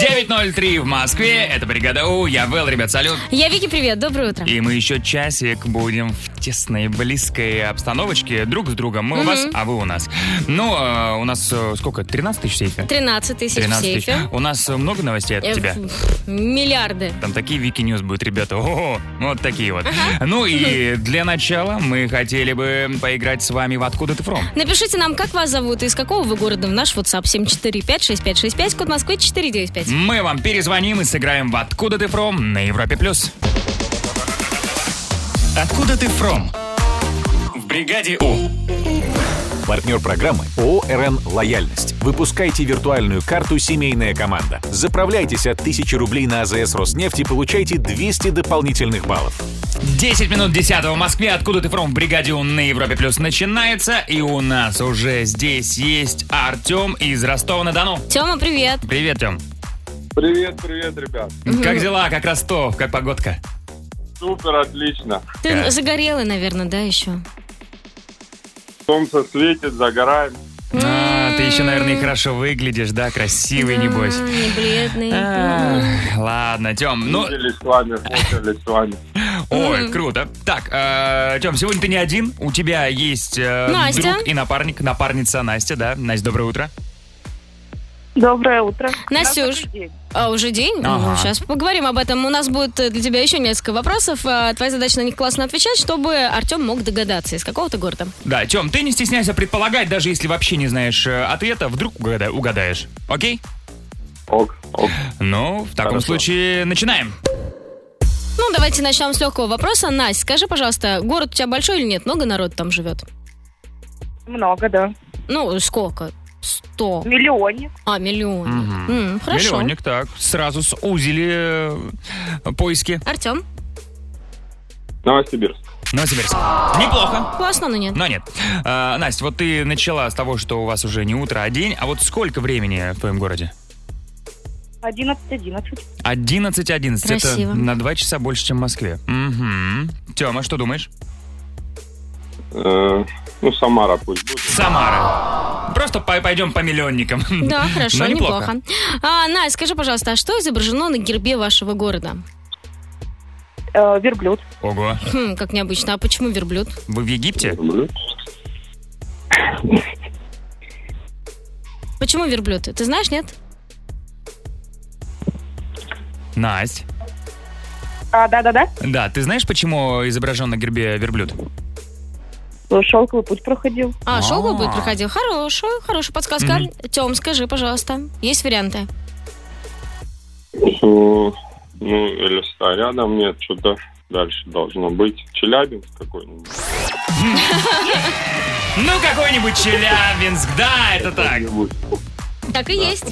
9.03 в Москве. Это бригада У. Я Вэл, ребят, салют.
Я Вики, привет, доброе утро.
И мы еще часик будем в тесной, близкой обстановочке друг с другом. Мы у
Мгм.
вас, а вы у нас. Ну, э, у нас э, сколько? 13 тысяч в сейфе?
13 тысяч в
13
сейфе.
У нас э, много новостей от
Э,
тебя?
ф- Миллиарды.
Там такие Вики Ньюс будут, ребята. Ого, вот такие вот. Ну и для начала мы хотели бы поиграть с вами в «Откуда ты фром?».
Напишите нам, как вас зовут и из какого вы города в наш WhatsApp 7456565, код Москвы 495.
Мы вам перезвоним и сыграем в «Откуда ты фром?» на Европе+. плюс.
Откуда ты фром? Бригаде У.
Партнер программы ООО «РН Лояльность». Выпускайте виртуальную карту «Семейная команда». Заправляйтесь от 1000 рублей на А АЗС Роснефти и получайте 200 дополнительных баллов.
10 минут 10 в Москве. Откуда ты фром? В бригаде У на Европе Плюс начинается. И у нас уже здесь есть Артем из Ростова-на-Дону.
Тема, привет.
Привет, Тем.
Привет, привет, ребят.
Как дела? Как Ростов? Как погодка?
Супер, отлично.
Ты загорелый, наверное, да, еще?
Солнце светит, загораем.
А, ты еще, наверное, и хорошо выглядишь, да? Красивый, небось.
М, А, Не бледный.
А, Ладно, Тем, ну...
Виделись с вами, фоткались с вами.
Ой, круто. Так, Тем, сегодня ты не один. У тебя есть э,
Настя.
друг и напарник, напарница Настя, да? Настя, доброе утро.
Доброе утро.
Настюш. А, уже день?
Ага.
сейчас поговорим об этом. У нас будет э, для тебя еще несколько вопросов. А, Твоя задача на них классно отвечать, чтобы Артем мог догадаться, из какого ты города.
Да, Тем, ты не стесняйся предполагать, даже если вообще не знаешь э, ответа, вдруг угада- угадаешь. Окей?
Ок, ок.
Ну, в таком
Хорошо.
случае начинаем.
Ну, давайте начнем с легкого вопроса. Настя, скажи, пожалуйста, город у тебя большой или нет? Много народ там живет?
Много, да.
Ну, сколько? Сто.
Миллионник.
А, миллион. М, хорошо.
Миллионник, так. Сразу сузили э, поиски.
Артем?
Новосибирск.
Новосибирск. а Неплохо.
Классно, но нет.
Но нет. Э, Настя, вот ты начала с того, что у вас уже не утро, а день. А вот сколько времени в твоем городе?
11-11.
11.11. Это
Красиво.
на 2 часа больше, чем в Москве. Угу. Тема, что думаешь?
Э, Ну, Самара пусть будет.
Самара. Просто пой- пойдем по миллионникам.
Да,
Но
хорошо, неплохо. А, Настя, скажи, пожалуйста, а что изображено на гербе вашего города?
э, верблюд.
Ого.
Хм, как необычно. А почему верблюд?
Вы в Египте?
Почему верблюд? Ты знаешь, нет?
Настя.
А, да-да-да.
Да, ты знаешь, почему изображен на гербе верблюд?
Шелковый путь проходил.
А,
А.
шелковый будет проходил. Хорошая, хорошая подсказка.
Мгм.
Тем, скажи, пожалуйста, есть варианты?
Ну, или ста рядом нет, что-то дальше должно быть. Челябинск какой-нибудь.
Ну, какой-нибудь Челябинск, да, это так.
Так и есть.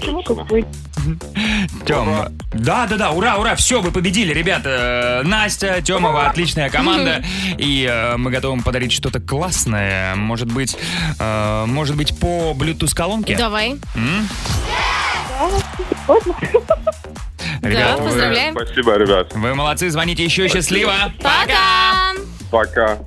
Тем. Да, да, да, ура, ура, все, вы победили, ребята. Э, Настя, Темова, отличная команда. И э, мы готовы вам подарить что-то классное. Может быть, э, может быть, по Bluetooth колонке?
Давай.
М?
Да,
Ребят, вы-
поздравляем.
Спасибо, ребят.
Вы молодцы, звоните еще, счастливо.
Пока!
Пока.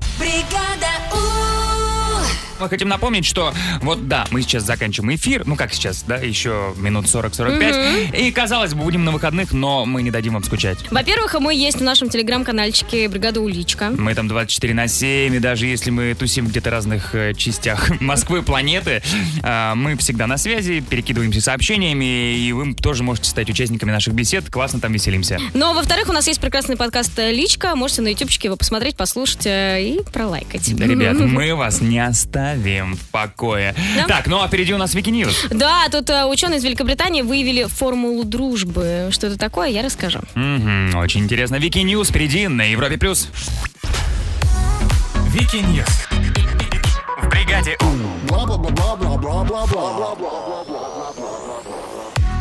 Мы хотим напомнить, что вот да, мы сейчас заканчиваем эфир, ну как сейчас, да, еще минут 40-45.
Мгм.
И казалось бы, будем на выходных, но мы не дадим вам скучать.
Во-первых, мы есть в нашем телеграм-канальчике «Бригада Уличка».
Мы там 24 на 7, и даже если мы тусим где-то в разных э, частях Москвы, планеты, э, мы всегда на связи, перекидываемся сообщениями, и вы тоже можете стать участниками наших бесед. Классно там веселимся.
Ну, а во-вторых, у нас есть прекрасный подкаст э, «Личка». Можете на ютубчике его посмотреть, послушать э, и пролайкать.
Да, Ребят, мы вас не оставим в покое. Так, ну а впереди у нас Вики Ньюс.
Да, тут э, ученые из Великобритании выявили формулу дружбы. Что это такое, я расскажу.
Мгм, очень интересно. Вики Ньюс впереди на Европе+. плюс. Вики Ньюс.
В бригаде У.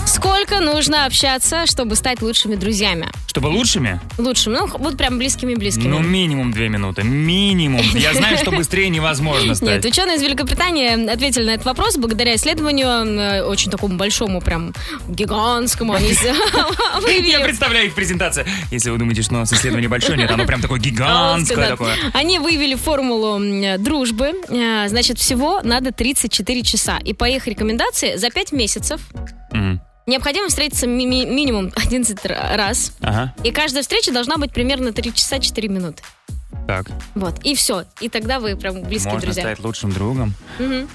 Сколько нужно общаться, чтобы стать лучшими друзьями?
Чтобы лучшими?
Лучшим, ну, х- вот прям близкими-близкими.
Ну, минимум две минуты. Минимум. Я знаю, что быстрее невозможно
Нет,
стать.
ученые из Великобритании ответили на этот вопрос благодаря исследованию э, очень такому большому, прям гигантскому. Они с-
Я
выявили-
представляю их презентацию. Если вы думаете, что у нас исследование большое, нет, оно прям такое гигантское
Да.
такое.
Они выявили формулу м, дружбы. Э, Значит, всего надо 34 часа. И по их рекомендации за 5 месяцев
Мгм.
необходимо встретиться ми- ми- минимум 11 р- раз.
Ага,
И каждая встреча должна быть примерно 3 часа 4 минуты.
так.
Вот, и все. И тогда вы прям близкие
Можно
друзья.
стать лучшим другом.
Мгм.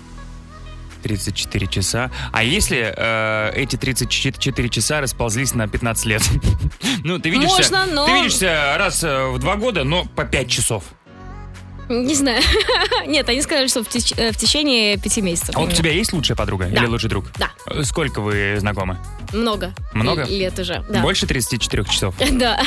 34 часа. А если э, эти 34 часа расползлись на 15 лет? Ну, ты видишься...
Можно, но-
Ты видишься раз э, в два года, но по 5 часов.
Не знаю. Нет, они сказали, что в, теч- э, в течение пяти месяцев.
А вот у тебя есть лучшая подруга
Да.
или лучший друг?
Да.
Э, Сколько вы знакомы?
Много.
Много?
л- Лет уже. Да.
Больше 34 часов?
Да.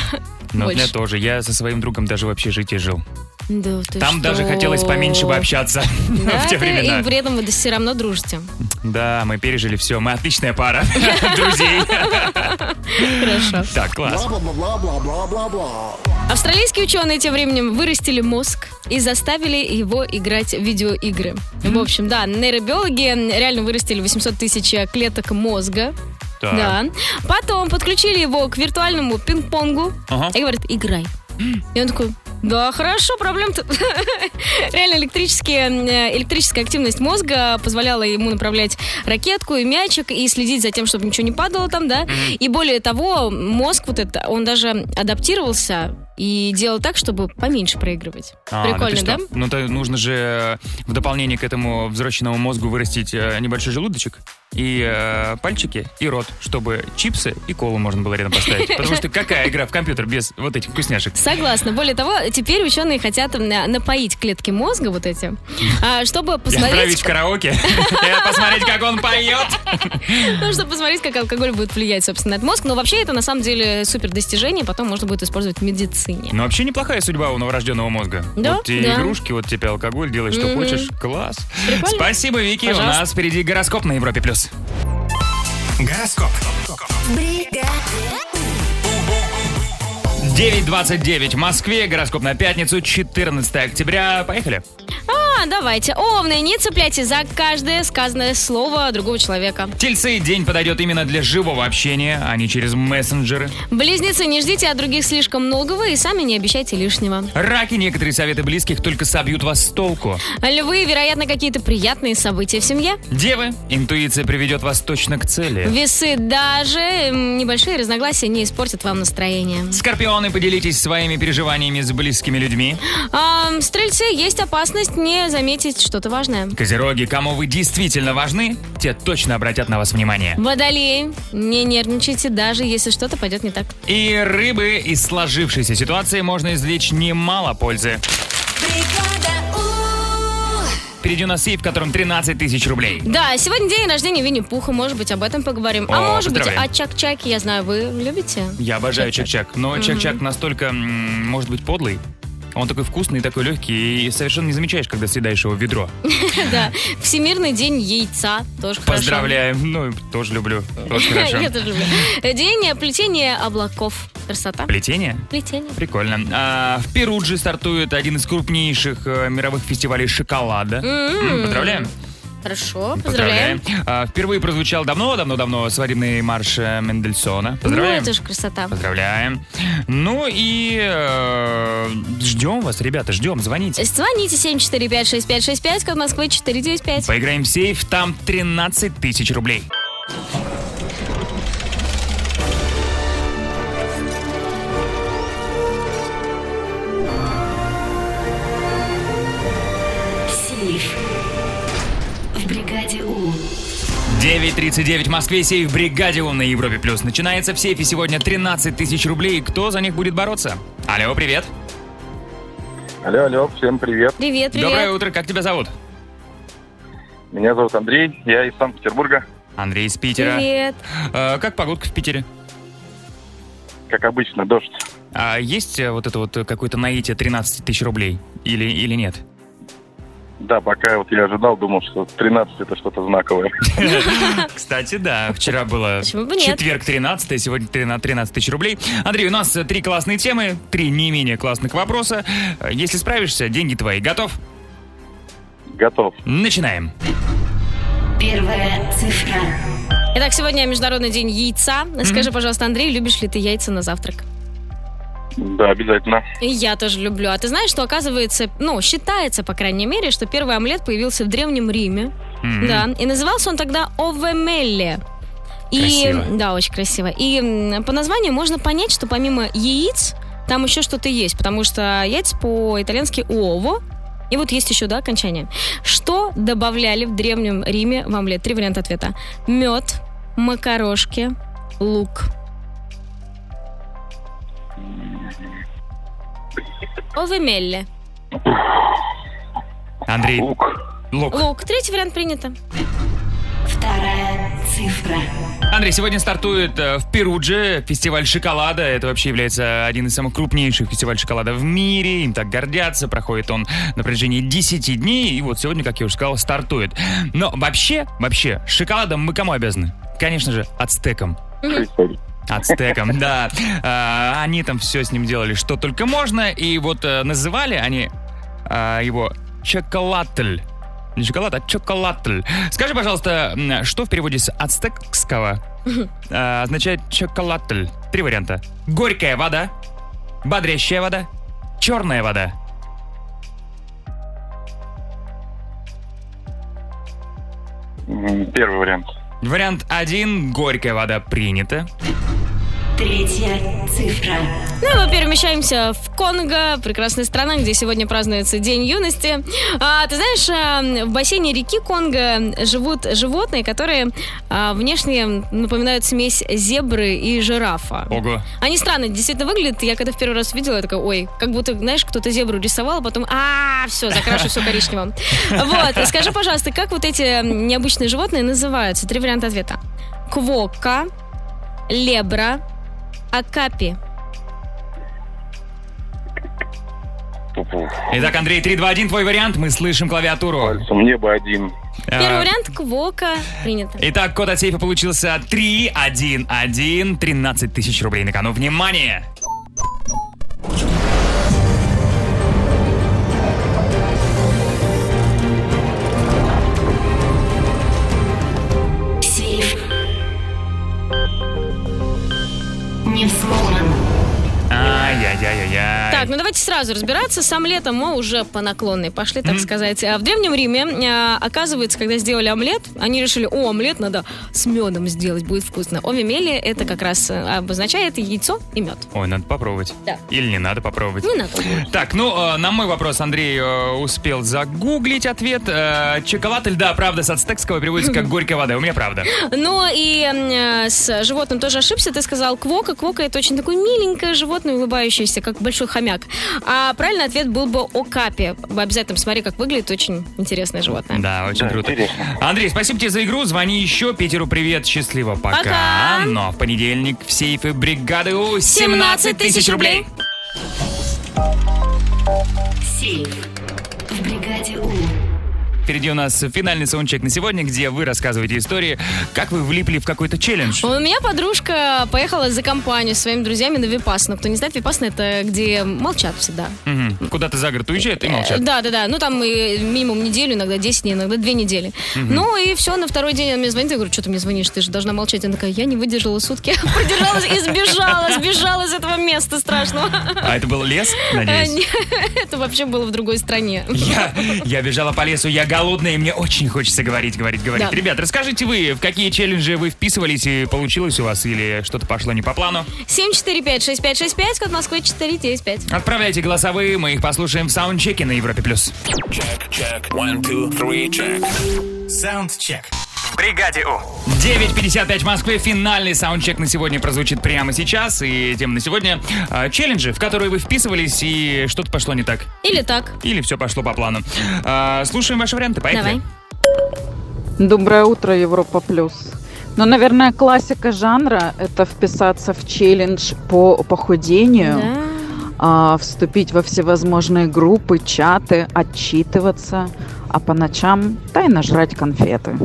Ну, у меня
Больше.
тоже. Я со своим другом даже в общежитии жил.
Да ты
Там даже
что?
хотелось поменьше бы общаться
Да,
в те
это-
времена.
И при этом вы все равно дружите.
Да, мы пережили все. Мы отличная пара друзей.
Хорошо.
Так, класс.
Австралийские ученые тем временем вырастили мозг и заставили его играть в видеоигры. В общем, да, нейробиологи реально вырастили 800 тысяч клеток мозга.
Так.
Да. Потом подключили его к виртуальному пинг-понгу
Ага.
и А говорят, играй. И он такой, да, хорошо, проблем-то. Реально электрические, э, электрическая активность мозга позволяла ему направлять ракетку и мячик и следить за тем, чтобы ничего не падало там, да. И более того, мозг вот это, он даже адаптировался и делал так, чтобы поменьше проигрывать.
А, ну ты
Прикольно,
что?
да?
Ну, то нужно же э, в дополнение к этому взросшенному мозгу вырастить э, небольшой желудочек и э, пальчики, и рот, чтобы чипсы и колу можно было рядом поставить. Потому что какая игра в компьютер без вот этих вкусняшек?
Согласна. Более того, теперь ученые хотят м, на- напоить клетки мозга вот эти, а, чтобы
И отправить
посмотреть,
в караоке и посмотреть, как он поет.
Ну, чтобы посмотреть, как алкоголь будет влиять, собственно, на мозг. Но вообще это на самом деле супер достижение, потом можно будет использовать в медицине.
Ну, вообще неплохая судьба у новорожденного мозга.
Да,
Вот тебе
да.
игрушки, вот тебе алкоголь, делай что
Мгм.
хочешь. Класс.
Прикольно.
Спасибо, Вики.
Пожалуйста.
У нас впереди гороскоп на Европе+. плюс. Гороскоп. 9.29 в Москве, гороскоп на пятницу, 14 октября. Поехали.
А, давайте. Овны, не цепляйтесь за каждое сказанное слово другого человека.
Тельцы день подойдет именно для живого общения, а не через мессенджеры.
Близнецы, не ждите от других слишком многого и сами не обещайте лишнего.
Раки некоторые советы близких только собьют вас с толку.
Львы, вероятно, какие-то приятные события в семье.
Девы, интуиция приведет вас точно к цели.
Весы даже м, небольшие разногласия не испортят вам настроение.
Скорпионы, поделитесь своими переживаниями с близкими людьми.
А, стрельцы, есть опасность не заметить что-то важное.
Козероги, кому вы действительно важны, те точно обратят на вас внимание.
Водолеи, не нервничайте, даже если что-то пойдет не так.
И рыбы из сложившейся ситуации можно извлечь немало пользы. Впереди у нас сейф, в котором 13 тысяч рублей.
Да, сегодня день рождения Винни-Пуха, может быть, об этом поговорим. а
О,
может быть,
поздравляем.
о Чак-Чаке, я знаю, вы любите?
Я обожаю Чак-Чак, но
Мгм.
Чак-Чак настолько, м, может быть, подлый. Он такой вкусный, такой легкий, и совершенно не замечаешь, когда съедаешь его в ведро.
Да, Всемирный день яйца, тоже хорошо.
Поздравляем. Ну, тоже люблю. Очень хорошо.
Я тоже люблю. День плетения облаков. Красота.
Плетение?
Плетение.
Прикольно. А, в Перудже стартует один из крупнейших э, мировых фестивалей шоколада.
М.
М, Поздравляем.
М-м. Хорошо, поздравляем.
А, впервые прозвучал давно-давно-давно свадебный марш э, Мендельсона.
Ну,
Поздравляем.
это же красота.
Поздравляем. Ну и э, ждем вас, ребята, ждем, звоните.
Звоните 745-6565, код Москвы 495.
Поиграем в сейф, там 13 тысяч рублей.
Сейф. В бригаде У.
9.39 в Москве, сейф «Бригаде У» на Европе+. плюс. Начинается в сейфе сегодня 13 тысяч рублей. Кто за них будет бороться? Алло, привет.
Алло, алло, всем привет.
Привет, привет.
Доброе утро, как тебя зовут?
Меня зовут Андрей, я из Санкт-Петербурга.
Андрей из Питера.
Привет.
Э, как погодка в Питере?
Как обычно, дождь.
А есть э, вот это вот э, какое-то наитие 13 тысяч рублей? Или, или нет?
Да, пока вот я ожидал, думал, что 13 это что-то знаковое.
Кстати, да, вчера было
А. бы нет?
четверг 13, сегодня 13 13 тысяч рублей. Андрей, у нас э, три классные темы, три не менее классных вопроса. Э, Если справишься, деньги твои. Готов?
Готов.
Начинаем.
Первая цифра.
Итак, сегодня Международный день яйца. Скажи, пожалуйста, Андрей, любишь ли ты яйца на завтрак?
Да, обязательно.
И Я тоже люблю. А ты знаешь, что оказывается, ну, считается, по крайней мере, что первый омлет появился в Древнем Риме.
Мгм.
Да. И назывался он тогда овемелле. И,
Красиво.
Да, очень красиво. И м, по названию можно понять, что помимо яиц там еще что-то есть, потому что яйца по-итальянски уово, и вот есть еще, да, окончание. Что добавляли в Древнем Риме в омлет? Три варианта ответа. Мед, макарошки, лук. Овемелле.
Андрей.
Лук.
Лук.
Лук. Третий вариант принято.
Вторая цифра.
Андрей, сегодня стартует э, в Перудже фестиваль шоколада. Это вообще является один из самых крупнейших фестивалей шоколада в мире. Им так гордятся. Проходит он на протяжении 10 дней. И вот сегодня, как я уже сказал, стартует. Но вообще, вообще, с шоколадом мы кому обязаны? Конечно же, ацтекам. Ацтекам, да. А, Они там все с ним делали, что только можно. И вот э, называли они а, его чоколатль. Не шоколад, а чоколатль. Скажи, пожалуйста, м, что в переводе с ацтекского а, означает чоколатль? Три варианта. Горькая вода, бодрящая вода, черная вода.
М, Первый вариант.
Вариант один. Горькая вода принята.
Третья цифра.
Ну, мы перемещаемся в Конго, прекрасная страна, где сегодня празднуется День юности. А, ты знаешь, а, в бассейне реки Конго живут животные, которые а, внешне напоминают смесь зебры и жирафа.
Ого.
Они странно действительно выглядят. Я когда в первый раз видела, я такая, ой, как будто, знаешь, кто-то зебру рисовал, а потом, а, все, закрашу все коричневым. Вот, скажи, пожалуйста, как вот эти необычные животные называются? Три варианта ответа. Квока, лебра, акапи.
Итак, Андрей, 3, 2, 1, твой вариант. Мы слышим клавиатуру.
Мне бы один.
Первый вариант квока принято.
Итак, код от сейфа получился 3, 1, 1, 13 тысяч рублей на кону. Внимание!
Сейф. Не взломан.
Ай-яй-яй-яй-яй.
Так, ну давайте сразу разбираться. Сам летом мы уже по наклонной пошли, так сказать. А В Древнем Риме, а, оказывается, когда сделали омлет, они решили, о, омлет надо с медом сделать, будет вкусно. Овимели это как раз э, обозначает яйцо и мед.
Ой, надо попробовать.
Да.
Или не надо попробовать.
Не надо.
Так, ну, э, на мой вопрос Андрей э, успел загуглить ответ. Э, Чоколад, да, правда, с ацтекского переводится как горькая вода. У меня правда.
Ну и м, э, с животным тоже ошибся. Ты сказал квока. Квока это очень такое миленькое животное, улыбающееся, как большой хомяк. А правильный ответ был бы окапи. Обязательно посмотри, как выглядит. Очень интересное животное.
Да, очень круто. Андрей, спасибо тебе за игру. Звони еще. Питеру привет. Счастливо. Пока.
Пока.
Но в понедельник в сейфе бригады У 17 тысяч рублей.
Сейф. В бригаде У.
Впереди у нас финальный саундчек на сегодня, где вы рассказываете истории, как вы влипли в какой-то челлендж.
У меня подружка поехала за компанию с своими друзьями на Випасну. Кто не знает, Випасна это где молчат всегда.
Мгм. Куда ты за город уезжает и молчат.
Да, да, да. Ну, там и минимум неделю, иногда 10 дней, иногда 2 недели.
Мгм.
Ну, и все, на второй день она мне звонит. Я говорю, что ты мне звонишь? Ты же должна молчать. Она такая, я не выдержала сутки. Продержалась и сбежала, сбежала из этого места страшного.
А это был лес,
Э,
надеюсь?
не, Это вообще было в другой стране.
Я, я бежала по лесу, я голодная, и мне очень хочется говорить, говорить, говорить.
Да.
Ребят, расскажите вы, в какие челленджи вы вписывались и получилось у вас, или что-то пошло не по плану?
745-6565, код Москвы 495.
Отправляйте голосовые, мы их послушаем в саундчеке на Европе+. плюс.
Чек, one, two, three, check. Саундчек. В бригаде У.
9.55 Москвы. Финальный саундчек на сегодня прозвучит прямо сейчас. И тема на сегодня э, челленджи, в которые вы вписывались и что-то пошло не так.
Или так.
Или все пошло по плану. Э, слушаем ваши варианты, поехали.
Доброе утро, Европа Плюс. Ну, наверное, классика жанра – это вписаться в челлендж по похудению, а, вступить во всевозможные группы, чаты, отчитываться, а по ночам тайно жрать конфеты.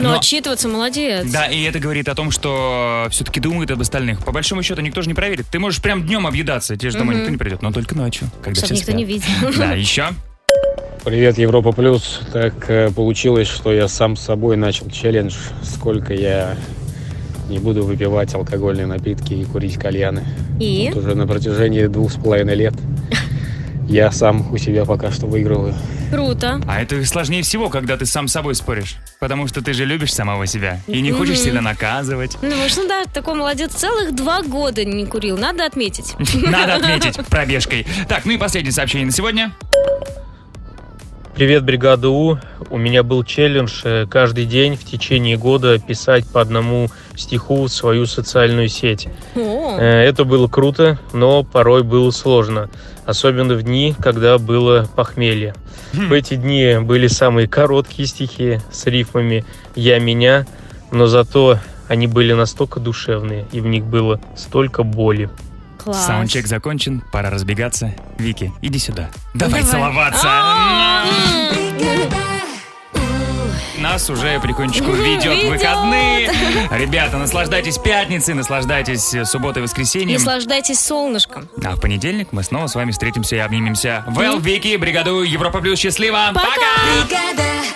Ну, отчитываться, молодец.
Да, и это говорит о том, что все-таки думают об остальных. По большому счету, никто же не проверит. Ты можешь прям днем объедаться, тебе же домой
Мгм.
никто не придет, но только ночью, когда все
Чтобы никто
спят.
не видел.
Да, еще.
Привет, Европа Плюс. Так э, получилось, что я сам с собой начал челлендж, сколько я не буду выпивать алкогольные напитки и курить кальяны.
И?
Вот уже на протяжении двух с половиной лет я сам у себя пока что выигрываю.
Круто.
А это сложнее всего, когда ты сам с собой споришь. Потому что ты же любишь самого себя. И не хочешь
Мгм.
себя наказывать.
Ну, что да, такой молодец. Целых два года не курил. Надо отметить.
Надо отметить пробежкой. Так, ну и последнее сообщение на сегодня.
Привет, бригада У. У меня был челлендж э, каждый день в течение года писать по одному стиху в свою социальную сеть. Э,
О.
Это было круто, но порой было сложно. особенно в дни, когда было похмелье. В эти дни были самые короткие стихи с рифмами «Я меня», но зато они были настолько душевные, и в них было столько боли.
Класс.
Саундчек закончен, пора разбегаться. Вики, иди сюда. Давай, А! целоваться. Нас уже прикончику ведет
Ведет.
выходные. Ребята, наслаждайтесь пятницей, наслаждайтесь э, субботой и воскресеньем.
Наслаждайтесь солнышком.
А в понедельник мы снова с вами встретимся и обнимемся. Вэл, Вики, бригаду Европа Плюс. Счастливо! Пока!
Бригада